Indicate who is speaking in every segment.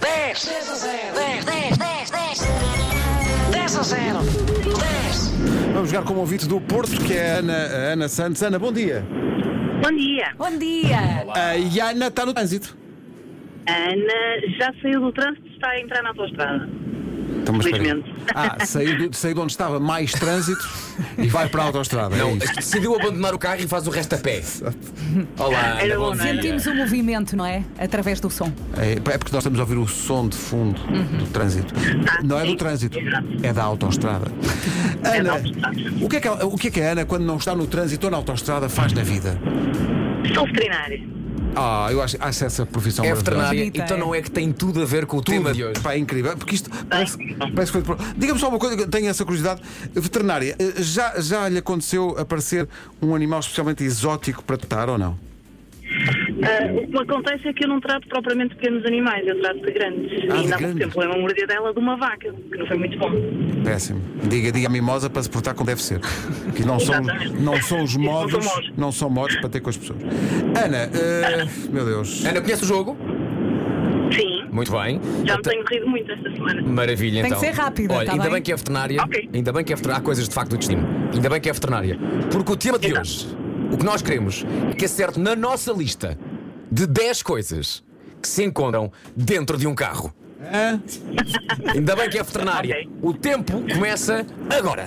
Speaker 1: 10, 10 a 0. 10, 10, 10, 10. 10 a 0. 10.
Speaker 2: Vamos jogar com o ouvinte do Porto, que é a Ana, a Ana Santos. Ana, bom dia.
Speaker 3: Bom dia.
Speaker 4: Bom dia!
Speaker 2: Ah, e a Ana está no trânsito.
Speaker 3: A Ana já saiu do trânsito e está a entrar na autostrada.
Speaker 2: Estamos
Speaker 3: Felizmente.
Speaker 2: Ah, saiu, do- saiu de onde estava mais trânsito e vai para a autostrada.
Speaker 5: Não,
Speaker 2: é isso.
Speaker 5: decidiu abandonar o carro e faz o resto a pé. Olá,
Speaker 3: Era
Speaker 5: Ana, bom
Speaker 3: bom, não
Speaker 5: dia.
Speaker 3: era?
Speaker 4: Sentimos um o movimento, não é? Através do som.
Speaker 2: É, é porque nós estamos a ouvir o som de fundo do trânsito.
Speaker 3: Ah,
Speaker 2: Não é do
Speaker 3: sim,
Speaker 2: trânsito,
Speaker 3: exato.
Speaker 2: é da autostrada.
Speaker 3: É da
Speaker 2: Ana,
Speaker 3: autostrada.
Speaker 2: o que, é que, ela- o que é que a Ana, quando não está no trânsito ou na autostrada, faz na vida?
Speaker 3: Sou veterinária.
Speaker 2: Ah, eu acho, acho essa profissão
Speaker 5: É
Speaker 2: maravilhosa.
Speaker 5: veterinária,
Speaker 4: Bonita,
Speaker 5: então
Speaker 4: é.
Speaker 5: não é que tem tudo a ver com o tema
Speaker 2: Tudo.
Speaker 5: de hoje.
Speaker 2: Pá, é incrível. Porque isto parece, parece que foi de pro- Diga-me só uma coisa, que eu tenho essa curiosidade. Veterinária, eh, já, já lhe aconteceu aparecer um animal especialmente exótico para tratar ou não?
Speaker 3: Ah, o que me acontece é que eu não trato propriamente pequenos animais, eu trato de grandes.
Speaker 2: Ah,
Speaker 3: e
Speaker 2: de
Speaker 3: ainda há pouco
Speaker 2: grandes.
Speaker 3: tempo levei uma mordidela de uma vaca, que não foi muito bom.
Speaker 2: Péssimo. Diga, diga à mimosa para se portar como deve ser. Que não são,
Speaker 3: Exatamente.
Speaker 2: não são os
Speaker 3: Não são
Speaker 2: modos,
Speaker 3: modos.
Speaker 2: não são modos para ter com as pessoas. Ana, eh, meu Deus.
Speaker 5: Ana, conhece o jogo?
Speaker 3: Sim,
Speaker 5: Muito bem.
Speaker 3: já me
Speaker 5: Então-
Speaker 3: tenho rido muito esta semana.
Speaker 5: Maravilha,
Speaker 4: Tem que
Speaker 5: então.
Speaker 4: ser rápida,
Speaker 5: Olha,
Speaker 4: tá
Speaker 5: ainda
Speaker 4: bem?
Speaker 5: bem? que é veterinária.
Speaker 3: Ok.
Speaker 5: Ainda bem que é veterinária. Há coisas de facto do destino. Ainda bem que é veterinária. Porque o tema de
Speaker 3: Então.
Speaker 5: hoje, o que nós queremos é que acerte na nossa lista de 10 coisas que se encontram dentro de um carro.
Speaker 2: Hã?
Speaker 5: Ainda bem que é veterinária.
Speaker 3: Ok.
Speaker 5: O tempo começa agora.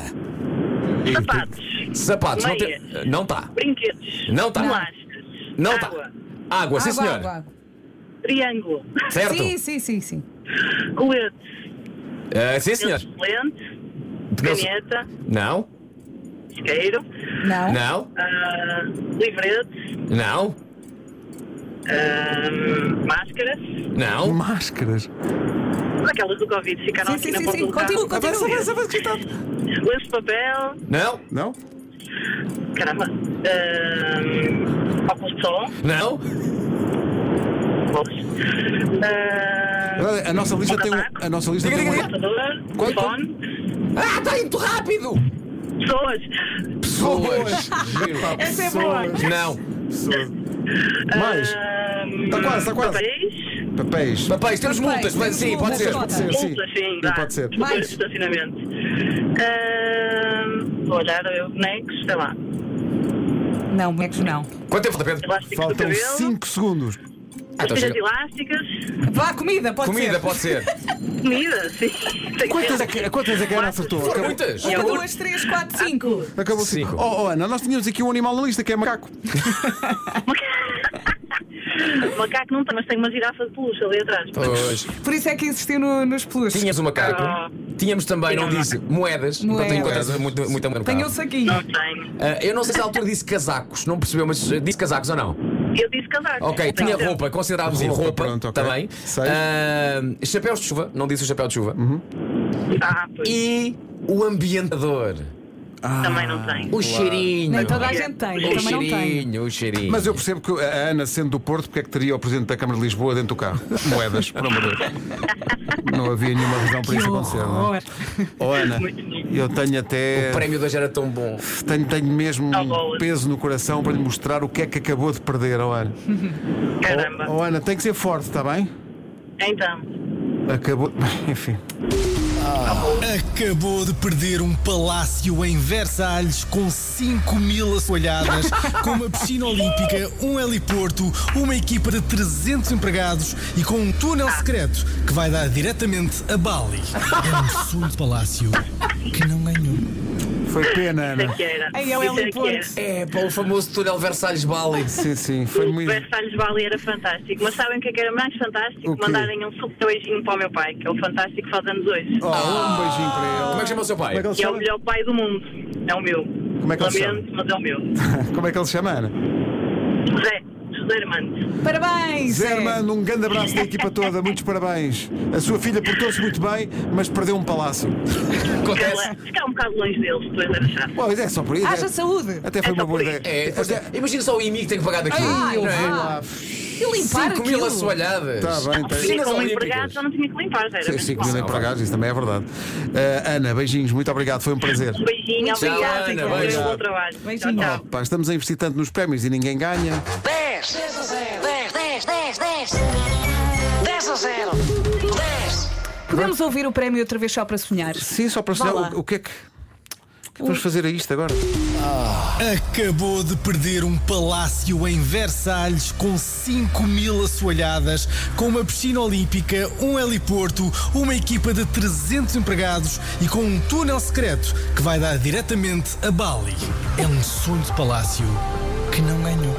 Speaker 3: Sapatos,
Speaker 5: Sapatos, não
Speaker 3: Meias.
Speaker 5: tem- Não tá. está.
Speaker 3: brinquedos,
Speaker 5: Não tá.
Speaker 3: bolachas,
Speaker 5: Não tá. está.
Speaker 3: água,
Speaker 5: Água, sim
Speaker 4: Água,
Speaker 5: senhor.
Speaker 4: água, água.
Speaker 3: triângulo,
Speaker 5: Certo?
Speaker 4: Sim, sim, sim, sim.
Speaker 3: colete,
Speaker 5: Ah, sim senhor.
Speaker 3: lente,
Speaker 5: Não-
Speaker 3: caneta,
Speaker 5: Não,
Speaker 3: isqueiro,
Speaker 4: Não?
Speaker 5: não,
Speaker 3: ah, livrete,
Speaker 5: não,
Speaker 3: ah, máscaras.
Speaker 5: não.
Speaker 2: Máscaras.
Speaker 3: Aquelas do Covid ficaram
Speaker 4: Sim,
Speaker 3: aqui
Speaker 4: sim,
Speaker 3: na
Speaker 4: sim,
Speaker 3: porta
Speaker 4: sim.
Speaker 3: do
Speaker 4: Continua,
Speaker 3: carro.
Speaker 4: continua.
Speaker 3: Lenço de papel,
Speaker 5: Não,
Speaker 2: Não?
Speaker 3: caramba, ah, óculos de sol,
Speaker 5: não,
Speaker 3: óculos,
Speaker 2: Na
Speaker 3: ah,
Speaker 2: verdade, A nossa lista
Speaker 3: Um
Speaker 2: tem um.
Speaker 3: casaco.
Speaker 2: A nossa lista
Speaker 5: Diga,
Speaker 2: tem
Speaker 5: diga,
Speaker 2: um-
Speaker 3: computador,
Speaker 2: Qual-
Speaker 3: telefone,
Speaker 5: Ah, está indo rápido!
Speaker 3: pessoas,
Speaker 5: Pessoas!
Speaker 4: Essa é boa. Eh,
Speaker 5: não,
Speaker 2: Pessoas. Mais.
Speaker 3: ah,
Speaker 2: Tá quase, tá quase.
Speaker 3: papéis,
Speaker 2: Papéis.
Speaker 5: papéis, temos
Speaker 4: Papéis,
Speaker 5: multas,
Speaker 4: temos
Speaker 5: mas sim, pode
Speaker 4: multas,
Speaker 5: ser.
Speaker 4: pode
Speaker 2: ser. Sim.
Speaker 3: multas, sim,
Speaker 2: Sim,
Speaker 3: dá.
Speaker 2: pode ser.
Speaker 3: Desculpa,
Speaker 4: Mais.
Speaker 3: estacionamento, Ah, vou olhar, eu, bonecos, sei lá,
Speaker 4: Não, bonecos não.
Speaker 5: Quanto tempo falta, Pedro?
Speaker 3: elásticos do
Speaker 2: Faltam Ah, tá,
Speaker 3: cabelo,
Speaker 2: 5 segundos.
Speaker 5: então
Speaker 3: aspiras
Speaker 5: chega.
Speaker 3: elásticas,
Speaker 4: Vá, comida, pode
Speaker 5: Comida,
Speaker 4: ser.
Speaker 5: pode ser.
Speaker 3: comida, sim, tem
Speaker 2: Quantas é
Speaker 3: ser.
Speaker 2: que, quantas é que a Ana acertou?
Speaker 5: Foram
Speaker 2: Acabou-
Speaker 5: muitas.
Speaker 4: Uma,
Speaker 3: Iogurte.
Speaker 4: duas, três, quatro, cinco.
Speaker 2: Acabou
Speaker 5: Cinco.
Speaker 2: cinco. Oh, oh, Ana, nós tínhamos aqui um animal na lista que é macaco.
Speaker 3: Macaco não tem, mas tem uma girafa de peluche ali atrás.
Speaker 5: Pois.
Speaker 4: Por isso é que insistiu no- nos peluches.
Speaker 5: Tínhamos o macaco.
Speaker 3: Ah.
Speaker 5: Tínhamos também, não
Speaker 3: Tinha um
Speaker 5: disse, moedas. Então tu encontras
Speaker 4: Moedas.
Speaker 5: muita, muita moeda no
Speaker 4: Tenho o
Speaker 5: carro.
Speaker 4: saquinho.
Speaker 3: Não tem.
Speaker 5: Ah, eu não sei se à altura disse casacos, não percebeu, mas eh, disse casacos ou não?
Speaker 3: Eu disse casaco.
Speaker 5: Ok,
Speaker 3: Então,
Speaker 5: tinha roupa, considerávamos em
Speaker 2: Roupa,
Speaker 5: roupa,
Speaker 2: pronto, ok.
Speaker 5: tá bem?
Speaker 2: Sei. Uhum.
Speaker 5: Ah, chapéus de chuva, não disse o chapéu de chuva.
Speaker 3: Ah, pois.
Speaker 5: E o ambientador.
Speaker 3: Também não tem.
Speaker 5: O cheirinho.
Speaker 4: Nem toda a gente tem, eu
Speaker 5: O
Speaker 4: também não tenho.
Speaker 5: cheirinho, o cheirinho.
Speaker 2: Mas eu percebo que a Ana, sendo do Porto, porque é que teria o Presidente da Câmara de Lisboa dentro do carro? Moedas, por amor de Deus. Não havia nenhuma razão para isso acontecer. Não é?
Speaker 4: horror.
Speaker 2: Oh, Ana, eu tenho até.
Speaker 5: O prémio de hoje era tão bom.
Speaker 2: Tenho, tenho mesmo
Speaker 3: Ah,
Speaker 2: um
Speaker 3: bolas.
Speaker 2: peso no coração para lhe mostrar o que é que acabou de perder, oh Ana.
Speaker 3: Caramba.
Speaker 2: Oh Ana, tem que ser forte, está bem?
Speaker 3: Então.
Speaker 2: Acabou. Enfim.
Speaker 6: Acabou de perder um palácio em Versalhes com 5 mil assoalhadas, com uma piscina olímpica, um heliporto, uma equipa de 300 empregados e com um túnel secreto que vai dar diretamente a Bali. É um sonho de palácio que não ganhou.
Speaker 2: Foi pena,
Speaker 3: Isso é
Speaker 2: Ana.
Speaker 3: que era.
Speaker 4: Aí é o
Speaker 3: Isso é que
Speaker 4: Heliporto.
Speaker 3: era.
Speaker 5: É, para o famoso túnel Versalhes Bali.
Speaker 2: Sim, sim, foi
Speaker 3: O
Speaker 2: muito.
Speaker 3: Versalhes Vale era fantástico, mas sabem o que é que era mais
Speaker 2: O
Speaker 3: fantástico?
Speaker 2: quê?
Speaker 3: Mandarem um super beijinho para o meu pai, que é o fantástico faz anos hoje.
Speaker 2: Oh, um beijinho para ele.
Speaker 5: Como é que chama o seu pai?
Speaker 2: Como é que ele se
Speaker 3: E é o
Speaker 2: chama?
Speaker 3: melhor pai do mundo. É o meu.
Speaker 2: Como é que ele se
Speaker 3: Lamento, mas é o meu.
Speaker 2: Como é que ele se chama, Ana?
Speaker 3: José. José Armando.
Speaker 4: Parabéns!
Speaker 2: Zé
Speaker 4: Zé.
Speaker 2: Armando, um grande abraço da equipa toda, muitos parabéns. A sua filha portou-se muito bem, mas perdeu um palácio.
Speaker 5: Acontece.
Speaker 3: Ela- Ficar um bocado longe dele, depois era chato.
Speaker 2: Pois é, só por isso.
Speaker 4: Haja
Speaker 2: é-
Speaker 4: saúde!
Speaker 2: Até foi
Speaker 3: É só
Speaker 2: uma boa
Speaker 3: por
Speaker 2: ideia.
Speaker 5: É, pois
Speaker 2: Até-
Speaker 5: é. imagina só o inimigo que tem que pagar daquilo.
Speaker 4: Ai,
Speaker 5: não é?
Speaker 4: vá. E limpar
Speaker 5: 5 mil
Speaker 4: aquilo?
Speaker 5: assoalhadas.
Speaker 2: Tá bem, tá bem.
Speaker 5: Sim.
Speaker 3: E
Speaker 5: Piscinas
Speaker 3: com um
Speaker 5: olímpicas.
Speaker 3: empregado já não tinha que limpar, já era.
Speaker 2: Sim,
Speaker 3: mesmo
Speaker 2: 5
Speaker 3: mal.
Speaker 2: mil empregados, isso também é verdade. Ah, Ana, beijinhos, muito obrigado, foi um prazer.
Speaker 3: Um beijinho,
Speaker 4: Tchau,
Speaker 3: obrigada.
Speaker 5: Ana,
Speaker 3: que foi um
Speaker 5: beijinho.
Speaker 3: Bom trabalho.
Speaker 4: Beijinho.
Speaker 3: Tchau, tchau.
Speaker 2: Pá, estamos a investir tanto nos prémios e ninguém ganha.
Speaker 1: 10. 10 a 0. 10, 10, 10. 10 a 0. 10.
Speaker 4: Podemos ouvir o prémio outra vez só para sonhar.
Speaker 2: Sim, só para
Speaker 4: Vá lá.
Speaker 2: saber o, o que é que. o que é que Vamos fazer a isto agora.
Speaker 6: Acabou de perder um palácio em Versalhes com 5 mil assoalhadas, com uma piscina olímpica, um heliporto, uma equipa de 300 empregados e com um túnel secreto que vai dar diretamente a Bali. É um sonho de palácio que não ganhou.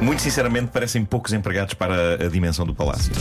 Speaker 7: Muito sinceramente, parecem poucos empregados para a dimensão do palácio.